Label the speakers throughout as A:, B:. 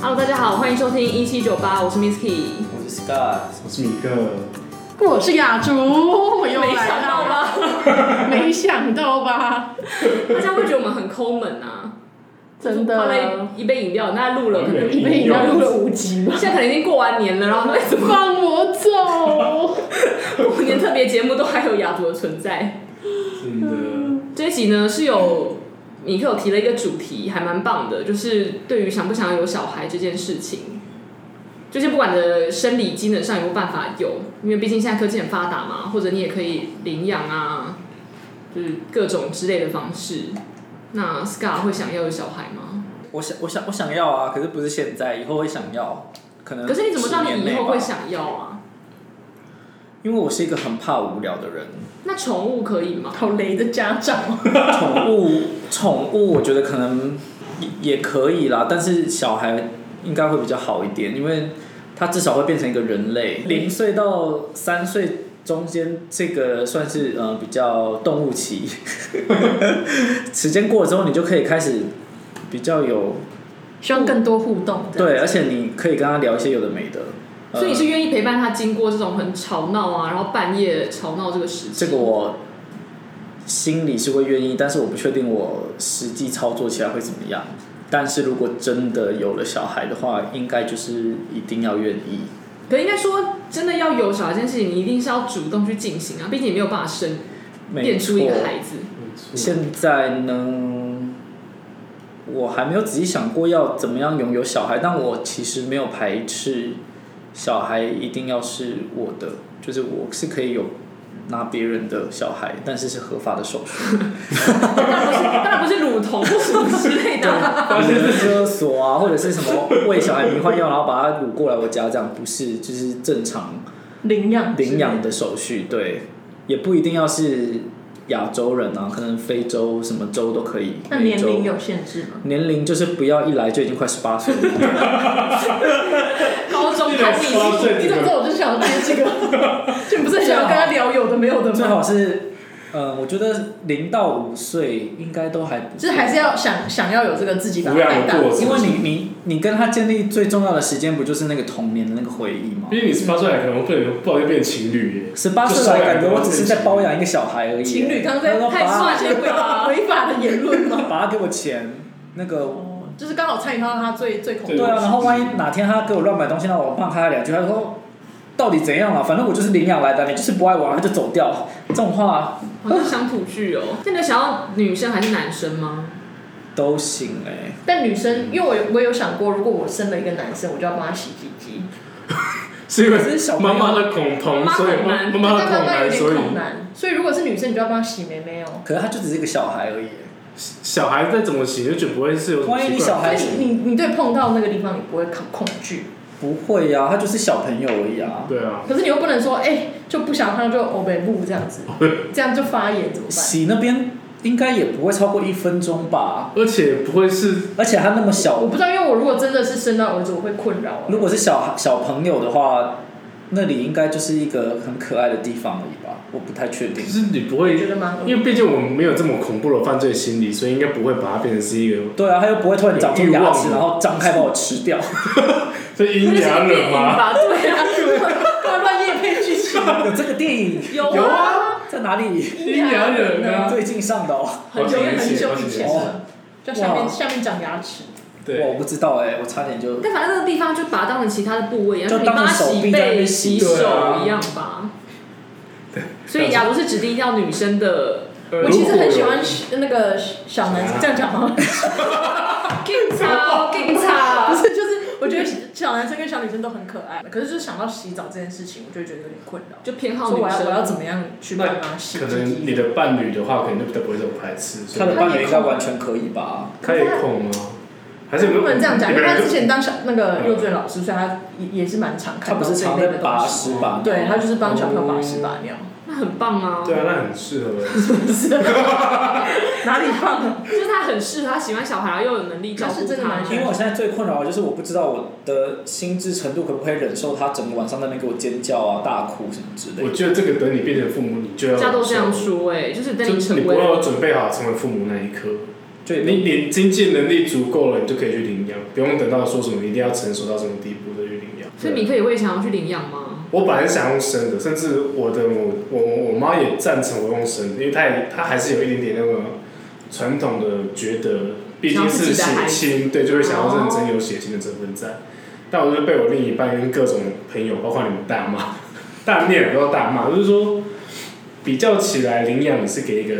A: Hello，大家好，欢迎收听一七九八，我是 Misky，
B: 我是 Scott，
C: 我是米克，
D: 我是雅竹，我又
A: 没
D: 来
A: 想到
D: 了，
A: 吧？
D: 没想到吧？
A: 大家会觉得我们很抠门啊，
D: 真
A: 喝
D: 的
A: 了，一杯饮料，那录了可能
D: 一杯饮料录了五集吧？
A: 现在可能已经过完年了，然后为什么
D: 放我走！
A: 过年特别节目都还有雅竹的存在？
C: 真的，
A: 这一集呢是有米克有提了一个主题，还蛮棒的，就是对于想不想有小孩这件事情，就是不管你的生理机能上有没有办法有，因为毕竟现在科技很发达嘛，或者你也可以领养啊，就是各种之类的方式。那 Scar 会想要有小孩吗？
B: 我想我想我想要啊，可是不是现在，以后会想要，可能
A: 可是你怎么知道
B: 10年
A: 你以
B: 内
A: 后
B: 吧
A: 会？想要啊？
B: 因为我是一个很怕无聊的人，
A: 那宠物可以吗？
D: 好雷的家长，哦
B: 宠物宠物我觉得可能也也可以啦，但是小孩应该会比较好一点，因为他至少会变成一个人类。零岁到三岁中间这个算是呃比较动物期， 时间过了之后你就可以开始比较有
D: 希望更多互动。这样
B: 对，而且你可以跟他聊一些有的没的。呃
A: 所以你是愿意陪伴他经过这种很吵闹啊，然后半夜吵闹这个时期？
B: 这个我心里是会愿意，但是我不确定我实际操作起来会怎么样。但是如果真的有了小孩的话，应该就是一定要愿意。
A: 可应该说，真的要有小孩这件事情，你一定是要主动去进行啊，毕竟你没有办法生
B: 没
A: 练
B: 错
A: 出一，个孩子。
C: 没错，
B: 现在呢，我还没有仔细想过要怎么样拥有小孩，但我其实没有排斥小孩一定要是我的，就是我是可以有拿别人的小孩，但是是合法的手术，
A: 当然不是，当然不是乳头或什么之类的 啊。
B: 勒索啊，或者是什么喂小孩迷幻药，然后把他掳过来我家，这样不是就是正常
D: 啊领养之类
B: 领养的手续，对，也不一定要是亚洲人啊，可能非洲什么州都可以。
D: 那年
B: 美洲
D: 龄有限制吗？
B: 年龄就是不要一来就已经快十八岁 了，
A: 高中叛逆期，
C: 对
D: 你怎么知道我就想要接这个？就不是很想要跟他聊有的没有的
B: 最
D: 吗？
B: 好是，呃，我觉得零到五岁应该都还不错，
D: 就是还是要想想要有这个自己把
C: 抚
D: 它
C: 养的
D: 带大。
C: 过程
B: 因为你你你跟他建立最重要的时间不就是那个童年的那个回忆吗？
C: 因为你十八岁还可能会不小心变情侣耶，
B: 十八岁来感觉我只是在包养一个小孩而已。
D: 情侣刚刚在
B: 他说
D: 太
B: 爸
D: 算一些违法违法的言论吗？
B: 爸给我钱，那个
D: 哦就是刚好参与到他最最恐怖
B: 对
C: 对
B: 啊，
C: 我
B: 然后万一哪天他给我乱买东西，那我骂他两句，他说到底怎样啊？反正我就是领养来的，你就是不爱我，他就走掉。这种话
A: 好像乡土剧哦。那你有想要女生还是男生吗？
B: 都行哎、
D: 但女生，因为我有我有想过，如果我生了一个男生，我就要帮他洗鸡鸡。
C: 是因为
B: 可是小朋
C: 妈
B: 友
C: 妈的恐同，
A: 妈妈
C: 所以
A: 很
C: 妈
A: 难
C: 妈妈的
D: 但
C: 恐
D: 妈妈有
C: 男，
D: 点
C: 所以
D: 恐男，所以如果是女生，你就要帮他洗妹妹哦。
B: 可是他就只是一个小孩而已欸、
C: 小孩再怎么洗就绝不会是有什么
B: 万一
C: 奇
B: 你小
C: 怪。
D: 所
B: 孩
D: 以你你你对碰到那个地方，你不会恐恐惧，
B: 不会呀、啊，他就是小朋友而已啊。
C: 对啊，
D: 可是你又不能说，哎、就不想看到就欧北部这 样子，这样就发炎怎么办？
B: 洗那边应该也不会超过一分钟吧，
C: 而且不会是
B: 而且他那么小
D: 我，不知道，因为我如果真的是生到儿子，我会困扰啊。
B: 如果是小孩小朋友的话，那里应该就是一个很可爱的地方而已吧，我不太确定
C: 就。是你不
D: 你觉
C: 会，
D: 得吗？
C: 因为毕竟我们没有这么恐怖的犯罪心理，所以应该不会把它变成是一个
B: 对啊，他又不会突然长出
C: 有欲
B: 牙
C: 望啊
B: 齿，
C: 吗
B: 然后张开把我吃掉。
C: 这阴阳
A: 那是
C: 人
A: 电影
C: 吗？
A: 吧？对啊，
D: 乱乱夜配剧 情，
B: 有这个电影
A: 有
C: 有
A: 啊。
C: 啊，
B: 在哪里？
C: 阴阳人啊，
B: 最近上的哦。
D: 很久很久以前
B: 哦
D: 了，就下
B: 哇
D: 面下面长牙齿。
B: 哇我
C: 对，
B: 不知道哎、我差点就。
A: 但反正那个地方就把它当成其他的部位一样，
B: 就
A: 你
B: 当
A: 帮
B: 成
A: 它
B: 手
A: 洗
B: 臂在那
A: 背、
B: 边
A: 洗
B: 洗
A: 手一样吧。所以雅茹是指定要女生的儿
D: 我
A: 子
D: 其实很喜欢那个小男生，这样讲吗？
A: 劲操劲操
D: 不是，就是我觉得小男生跟小女生都很可爱，可是就是想到洗澡这件事情，我就会觉得有点困扰。
A: 就偏好
D: 说
A: 女
D: 我要
A: 生。
D: 我要怎么样去帮他洗
C: 可能你
D: 鸡鸡？
C: 的伴侣的话，可能就比较不会这么排斥，所
B: 他
C: 以
B: 的伴侣应该完全可以吧？
C: 他也恐吗？还是有没有
D: 不能这样讲，因为他之前当小那个
C: 嗯
D: 幼稚园老师，所以他也也是蛮常
B: 他
D: 看
B: 不
D: 到
B: 是
D: 这一
B: 常
D: 类
B: 在
D: 的东
B: 拔
D: 西。
B: 屎
C: 嗯
B: 吧？
D: 对，他就是帮小朋友把屎把尿，
A: 那很棒啊！
C: 对啊，那很适合。
D: 哪里放了？
A: 就是他很适合，他喜欢小孩，又有能力照
D: 他是
A: 顾
D: 真的
A: 他
D: 蛮。
C: 嗯
D: 喜
B: 因
D: 欢
B: 为我现在最困扰的就是我不知道我的心智程度可不可以忍受他整个晚上在那边给我尖叫啊、大哭什么之类
C: 我
B: 的。
C: 觉得这个等你变成父母，你就要
A: 人家都这样说哎、就是等
C: 就
A: 你
C: 是你
A: 成
C: 不会
A: 为
C: 有准备好成为父母那一刻，
B: 就也不
C: 你你经济能力足够了，你就可以去领养，不用等到说什么一定要成熟到什么地步再去领养。
A: 所以米克也会想要去领养吗？
C: 我本来是想用生的，甚至我的我我我妈也赞成我用生的，因为她也她还是有一点点那个传统的觉得，毕竟是血亲，对，就会想要认真有血亲的成分在。但我就被我另一半跟各种朋友，包括你们大骂，大面不要大骂，就是说比较起来，领养你是给一个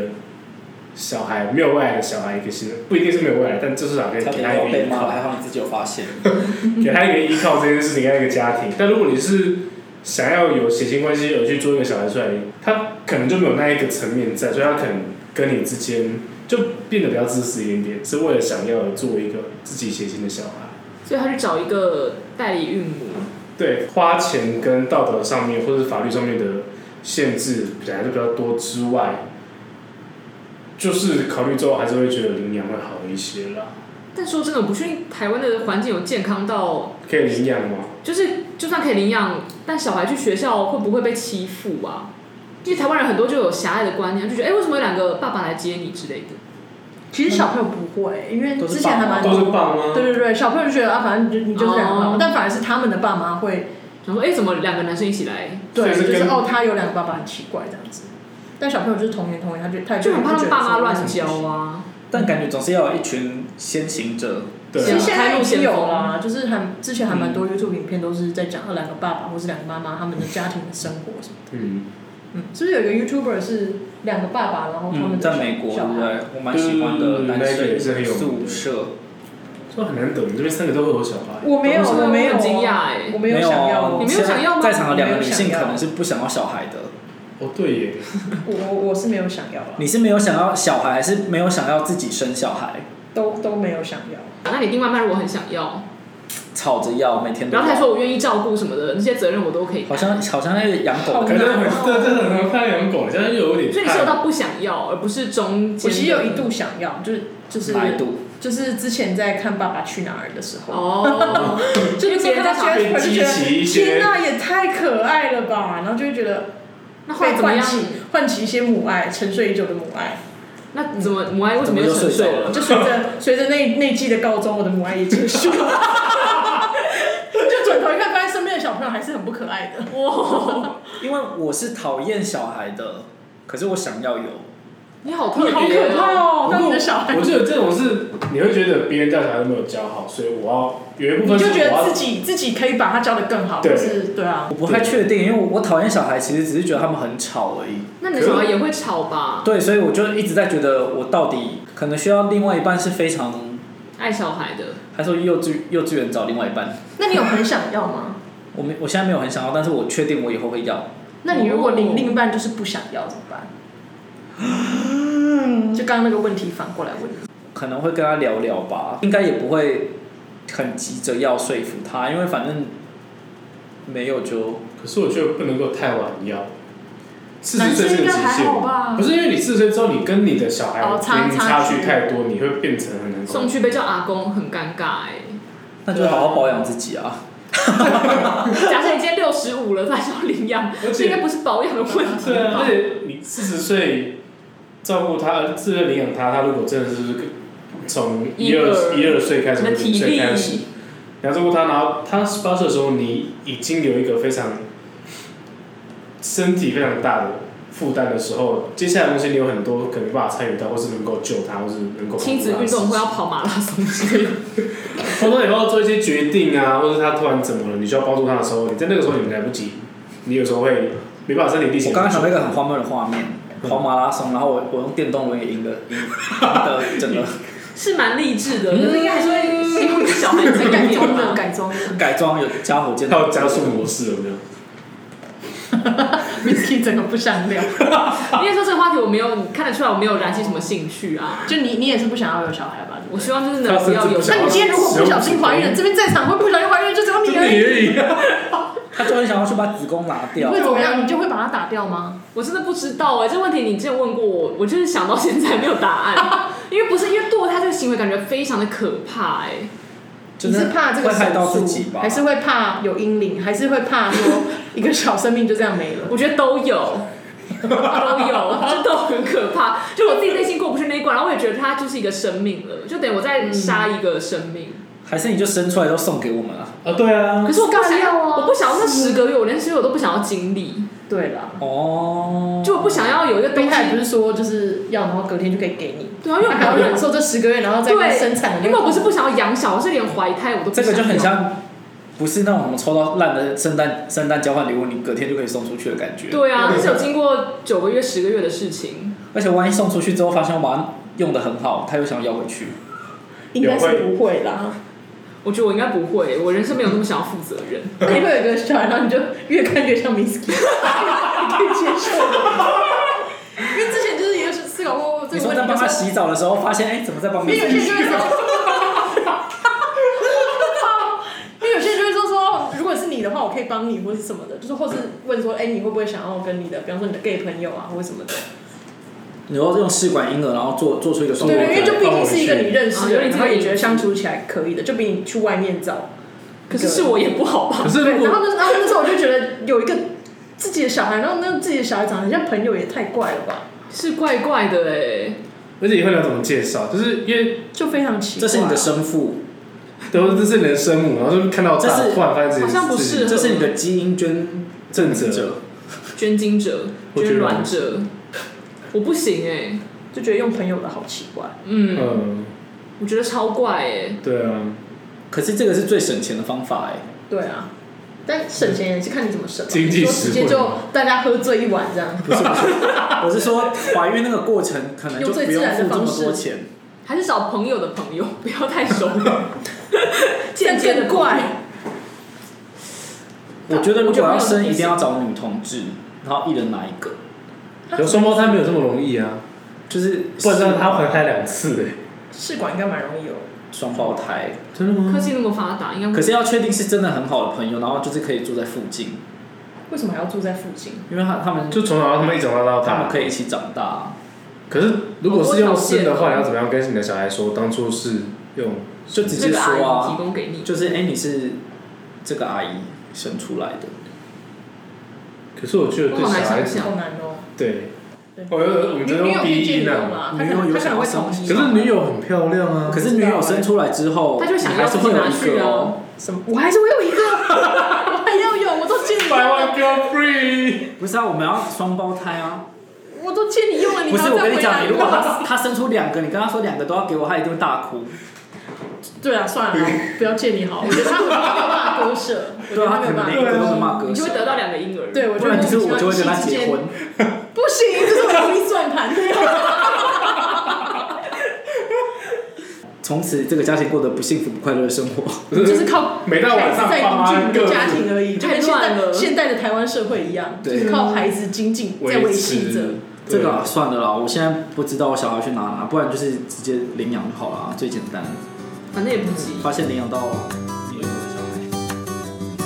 C: 小孩没有未来的小孩一个新的，不一定是没有未来，但至少可以
B: 差
C: 给
B: 点
C: 他一
B: 要
C: 个
B: 被
C: 依
B: 骂
C: 靠
B: 了，。还好你自己有发现。
C: 给他一个依靠这件事情，给他一个家庭。但如果你是想要有血亲关系而去做一个小孩出来，他可能就没有那一个层面在，所以他可能跟你之间就变得比较自私一点点，是为了想要而做一个自己血亲的小孩。
A: 所以他去找一个代理孕母，
C: 对，花钱跟道德上面或者是法律上面的限制本来就比较多之外，就是考虑之后还是会觉得领养会好一些啦。
A: 但说真的，我不确定台湾的环境有健康到，
C: 可以领养吗？
A: 就是就算可以领养，但小孩去学校会不会被欺负啊？因为台湾人很多就有狭隘的观念，就觉得哎、为什么有两个爸爸来接你之类的？
D: 其实小朋友不会，因为
B: 都是
D: 之前还蛮
C: 都是爸妈。
D: 对对对，小朋友就觉得啊，反正你就你就是两个爸
A: 哦
D: 妈，但反而是他们的爸妈会
A: 想说哎、怎么两个男生一起来，
D: 对，
C: 所以
D: 就是是
C: 跟
D: 哦，他有两个爸爸很奇怪这样子。但小朋友就是童年童年，他就他也
A: 就很怕他
D: 不
A: 们
D: 觉得
A: 爸妈
D: 说
A: 乱教啊。
B: 但感觉总是要有一群先行者，
C: 对啊
D: 其实现
A: 开
D: 在
A: 路
D: 已经
A: 先
D: 有
A: 锋
D: 啦，就是还之前还蛮多 YouTube 影片都是在讲两个爸爸或是两个妈妈他们的家庭的生活什么的。
C: 嗯，
D: 嗯，是不是有一个 YouTuber 是两个爸爸，然后他们
B: 嗯，
D: 的
B: 在美国，对
D: 小
B: 不
D: 孩
B: 对？我蛮喜欢的
C: 嗯
B: 男
C: 那个也是
B: 生
C: 很有名
B: 宿
C: 的
B: 舍，
C: 这很难得，我们这边三个都会有小孩。
D: 我没有，
A: 我
D: 我没有
A: 很惊讶哎、
D: 我没有想要
B: 啊
A: 你
D: 过，
A: 没有想要吗
B: 在场的两个女性
D: 我没有想要
B: 可能是不想要小孩的，
C: 哦，对耶，
D: 我 我我是没有想要啊，
B: 你是没有想要小孩，还是没有想要自己生小孩，
D: 都都没有想要，
A: 那你另外一半如果很想要，
B: 吵着要每天都
A: 然
B: 要。
A: 后他还说我愿意照顾什么的，那些责任我都可以
B: 好
A: 担。
B: 像好像那个养狗
D: 好
B: 的
C: 感觉
D: 难哦
C: 很这真的很怕养狗，现在又有点。
A: 所以你是有到不想要，而不是中间的。
D: 我其实有一度想要，就是就是
B: 哪一度，
D: 就是之前在看《爸爸去哪儿》的时候，
A: 哦，
D: 就那时候看到 Jasper 就觉
C: 被激起一
D: 得
C: 些
D: 天呐，也太可爱了吧，然后就会觉得
A: 那后来
D: 被
A: 怎么
D: 唤
A: 样？
D: 起唤起一些母爱，沉睡已久的母爱，
A: 那怎么母爱为什么又沉睡了？
D: 就随着随着那那季的告终，我的母爱也结束了。 就转头一看，发现身边的小朋友还是很不可爱的。
A: 哇，
B: 因为我是讨厌小孩的，可是我想要有。
A: 你好特
D: 你好
A: 别
D: 可怕
A: 哦！
D: 哦！当你的小孩，
C: 我觉得这种是你会觉得别人家小孩都没有教好，所以我要有一部
D: 你
C: 分是
D: 就
C: 我
D: 觉得自
C: 要。
D: 己自己可以把他教的更好，
C: 对
D: 就是对啊
B: 我。不太确定，因为我我讨厌小孩，其实只是觉得他们很吵而已。
A: 那你的小孩也会吵吧？
B: 对，所以我就一直在觉得我到底可能需要另外一半是非常，
A: 爱小孩的，
B: 还是说幼稚幼稚园找另外一半。
D: 那你有很想要吗？
B: 我没，我现在没有很想要，但是我确定我以后会要。
D: 那你如果
A: 哦
D: 另另一半就是不想要怎么 办？就刚刚那个问题反过来问你，
B: 可能会跟他聊聊吧，应该也不会很急着要说服他，因为反正没有就
C: 可是我觉得不能够太晚要。四
D: 男
C: 十岁
D: 生
C: 是
D: 应
C: 个
D: 该
C: 极
D: 还好
C: 限，
D: 吧
C: 不？是因为你四十岁之后，你跟你的小孩
D: 哦差
C: 年龄
D: 差
C: 差
D: 距
C: 距太多，你会变成很难沟
A: 送
C: 通。
A: 去被叫阿公很尴尬哎。
B: 那就好好保养自己啊。
A: 假设你今天六十五了，他还要领 养，
C: 而
A: 这应该
C: 且
A: 不是保养的问题
C: 对啊，而
A: 吧？
C: 且你四十岁照顾他，四十岁领养他，他如果真的是从一二一
A: 婴
C: 二岁开
A: 什
C: 始，
A: 么
C: 或者五
A: 体
C: 岁
A: 力
C: 开始，你要照顾他，然后他十八岁的时候，你已经有一个非常身体非常大的负担的时候，接下来的东西你有很多可能没办法参与到，或是能够救他，或是能够 帮助他
A: 亲子运动会要跑马拉松之类的，
C: 或者以后做一些决定啊，或者他突然怎么了，你需要帮助他的时候，你在那个时候你来不及，你有时候会没办法身体力行。
B: 我刚刚想到一个很荒谬的画面，跑马拉松，然后我我用电动轮椅赢的赢的整个
A: 是蛮励志
D: 嗯
A: 的，可是应该还是会希望小孩 子
D: 改
A: 感
D: 装
A: 动
D: 的，
A: 吧。
D: 改装的
B: 改装有加火箭，
C: 还有加速模式有没有？
D: ，Whisky 整个不想聊。
A: 因为说这个话题我没有，你看得出来我没有燃起什么兴趣啊。
D: 就你你也是不想要有小孩吧？对不
A: 我
D: 对
A: 希望就是能不要有。
C: 他
D: 那
C: 甚至
D: 你今天如果不小心怀孕了，这边在场会不小心怀孕，就只有你而已。
B: 他就很想要去把子宫拿
D: 你
B: 掉
D: 会。怎么样？你就会把它打掉吗？
A: 我真的不知道哎、这问题你之前问过我，我就是想到现在没有答 案，因为不是因为堕胎这个行为感觉非常的可怕哎、
B: 就
D: 你是怕这个
B: 会害到自
D: 手
B: 己
D: 术，
B: 吧？
D: 还是会怕有阴灵，还是会怕说一个小生命就这样没了？
A: 我觉得都有，都有，这都很可怕。就我自己内心过不去那一关，然后我也觉得它就是一个生命了，就等于我
D: 嗯
A: 在杀一个生命。
B: 还是你就生出来都送给我们啊？
E: 啊，对啊
A: 可，是我刚想
D: 是
A: 要，
D: 啊
A: 我不想要那十个月，我连十个月我都不想要经历，
D: 对啦，
B: 哦，
A: 就我不想要有一个东
D: 但
A: 西
D: 他也不是说就是要，然后隔天就可以给你，
A: 对啊，因为
D: 他
A: 我
D: 还要忍受这十个月，然后再
A: 对
D: 生产。
A: 因为我不是不想要养小，我是连怀胎我都不
B: 这个就
A: 想
B: 很
A: 要
B: 像，不是那种什么抽到烂的圣诞圣诞交换礼物，你隔天就可以送出去的感觉。，
A: 对啊，那是有经过九个月、十个月的事情。
B: 而且万一送出去之后，发现我把它用的很好，他又想要要回去。
D: 应该是不会啦。
A: 我觉得我应该不会，我人生没有那么想要负责任。
D: 那你会有一个小孩，然后你就越看越像 Misky，你 可以接受吗。 因为之前就是也有思考过这
B: 你
D: 个
B: 说
D: 问
B: 在
D: 题，
B: 帮
D: 就
B: 他
D: 是
B: 洗澡的时候，发现哎、怎么在帮
D: 因为有些人就
B: 你？
D: 会说，因为有些人就会说说，如果是你的话，我可以帮你或是什么的，就是或是问说，哎、你会不会想要跟你的，比方说你的 gay 朋友啊，或什么的，
B: 你说用试管婴儿，然后做做出一个双胞
D: 对对，因为
B: 胎
D: 就，不一定是一个你认
B: 啊
D: 识的
A: 哦
D: 人，然后也觉得
A: 有点
D: 相处起来可以的，就比你去外面找。
A: 可是是我也不好吧？
B: 可是
D: 对，
B: 如
D: 然
B: 果
D: 后那然后那时候我就觉得有一个自己的小孩，然后那自己的小孩长得很像朋友，也太怪了吧，
A: 是怪怪的哎、
C: 而且你会聊怎么介绍，就是 因为
D: 就非常奇怪。啊
B: 这是你的生父，
C: 都这是你的生母，然后就看到
B: 这
C: 他
B: 是
C: 突然发现
A: 好像不是
B: 这是你的基因捐
C: 正者，
B: 者，
A: 捐精者、
C: 我觉
A: 捐
C: 得
A: 卵者，我不行哎、
D: 就觉得用朋友的好奇怪，
A: 嗯，
C: 嗯，
A: 我觉得超怪哎、
C: 对啊，
B: 可是这个是最省钱的方法哎、
D: 对啊。但省钱也是看你怎么省嘛，啊
C: 经济
D: 你说
C: 实
D: 直接
C: 惠
D: 就大家喝醉一晚这样，
B: 不是 不是，我是说怀孕那个过程可能就
D: 用
B: 不
D: 最自
B: 用
D: 然
B: 付
D: 的
B: 这
D: 方
B: 么
D: 式
B: 多钱。
A: 还是找朋友的朋友，不要太 熟，间接的
D: 更怪。
B: 我觉得如果要生，一定要找女同志，然后一人拿一个，
C: 有双胞胎没有这么容易啊，
B: 就是啊
C: 不然他怀胎两次哎，
D: 试管应该蛮容易哦。
B: 双胞胎。
C: 真的
A: 科
C: 吗？
A: 技那么发达，应该
B: 可是要确定是真的很好的朋友，然后就是可以住在附近，
D: 为什么还要住在附近？
B: 因为他他们
C: 就从小他们一长到
B: 他
C: 大
B: 们，可以一起长大。
C: 可是如果是用生的话，你要怎么样跟你的小孩说当初是用
B: 就直
A: 这
B: 接
A: 个阿
B: 说
A: 姨提
B: 啊，
A: 供给你，
B: 就是哎、你是这个阿姨生出来的，
C: 可是我觉得对小孩子，
D: 好难哦。
C: 对
D: 对，
B: 哦
C: 我我们
D: 女
C: 只
D: 女
C: 能用
D: 友可以
C: 鼻
D: 见
C: 音
D: 女友
C: 啊。
D: 啦，
B: 女
D: 他可
B: 友 E 有
D: 能他
B: 想
D: 可能
B: 要
D: 会
B: 生
D: 同
B: 小
D: 意。
C: 可是女友很漂亮啊，
B: 可是女友生出来之后，
A: 他就想
B: 你
A: 要
B: 还是
A: 自
B: 会
A: 己
B: 有
A: 拿
B: 一
A: 去
B: 个哦。
A: 啊。
D: 什么？我还是会有 一个，我还要有，我都借你用
C: 百万
D: 了，
C: girl free，
B: 不是啊，我们要双胞胎啊。
D: 我都借你用了，你
B: 不
D: 还
B: 是
D: 要
B: 我
D: 再
B: 跟你
D: 回
B: 讲，
D: 来
B: 你如果
D: 吗？
B: 他他生出两个，你跟他说两个都要给我，他一定会大哭。
D: 对啊，算 了，不要借你好，我觉得他没有办法割舍，我觉
B: 对
D: 得
B: 啊，
D: 他
B: 他
D: 没
B: 可能
D: 有办
B: 连一个
D: 法，
B: 都是骂
A: 你
B: 歌
A: 就
B: 手
A: 会。得到两个婴儿，
D: 对我
B: 不
D: 觉得
B: 然就是
D: 莫名
B: 我
D: 其妙
B: 就会跟他
D: 一夕之
B: 结
D: 间
B: 婚。
D: 不行，这是我的如意 算盘。啊
B: 从此这个家庭过得不幸福不快乐的生活。
D: 就是靠
C: 每到晚上
D: 孩子
C: 爸妈
D: 在经济
C: 各
D: 的
C: 自
D: 家庭而已，就跟现
A: 太乱
D: 代
A: 了
D: 现代的台湾社会一样，就
B: 对
D: 是靠孩子经济在维系着。
B: 这个啊、算了啦，我现在不知道我小孩去哪拿，不然就是直接领养就好了啊，最简单。
A: 反正也不急。
B: 发现领养到你的小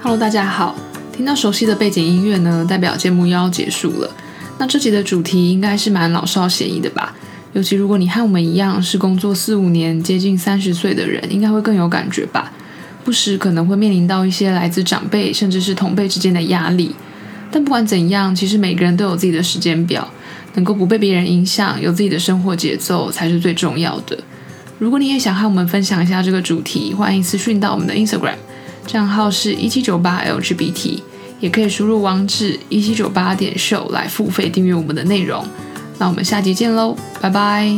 F: Hello，大家好。听到熟悉的背景音乐呢，代表节目又要结束了。那这集的主题应该是蛮老少咸宜的吧？尤其如果你和我们一样是工作四五年、接近三十岁的人，应该会更有感觉吧？不时可能会面临到一些来自长辈甚至是同辈之间的压力。但不管怎样，其实每个人都有自己的时间表，能够不被别人影响，有自己的生活节奏才是最重要的。如果你也想和我们分享一下这个主题，欢迎私讯到我们的 Instagram。账号是一七九八 LGBT，也可以输入网址一七九八点 show 来付费订阅我们的内容。那我们下集见喽，拜拜。